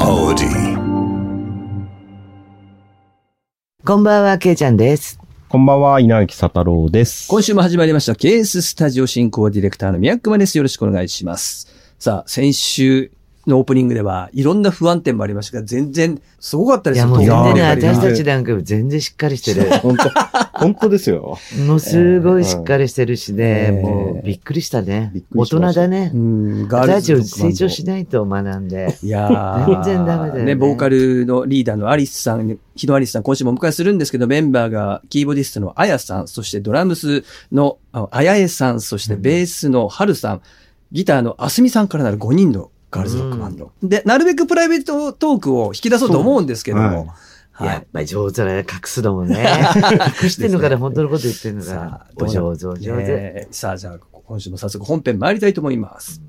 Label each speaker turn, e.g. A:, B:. A: Oldie.
B: こんばんは、けいちゃんです。
C: こんばんは、稲垣佐太郎です。
D: 今週も始まりました、ケーススタジオ進行ディレクターの宮熊です。よろしくお願いします。さあ、先週のオープニングでは、いろんな不安定もありましたが、全然、すごかった
B: い
D: です
B: や、もう
C: い
B: 全
C: や
B: 然ね、
C: やっぱりね
B: 私たちなんかより全然しっかりしてる。
C: 本当、本当ですよ。
B: もうすごいしっかりしてるしね、
D: えー
B: もうびっくりしたね
C: びっ。く
B: 大
C: りし
B: 人
C: ました
B: だね
D: う。ん、ガール
B: 私た
D: ズロッ
B: ち
D: クバンド
B: 成長しないと学んで。
D: いやー
B: 全然ダメだよね
D: ボーカルのリーダーのアリスさん、日野アリスさん、今週もお迎えするんですけど、メンバーがキーボディストのあやさん、そしてドラムスのああやえさん、そしてベースのはるさん、ギターのあすみさんからなる5人のガールズロックバンド。で、なるべくプライベートトークを引き出そうと思うんですけども、は
B: や
D: い
B: っ。ぱり上手だね、隠すのもね。隠してんのかな、本当のこと言ってんのかな
D: さあ。
B: お
D: どうな
B: 上手、お上手。
D: ねえさあ、じゃあ、今週も早速本編参りたいと思います。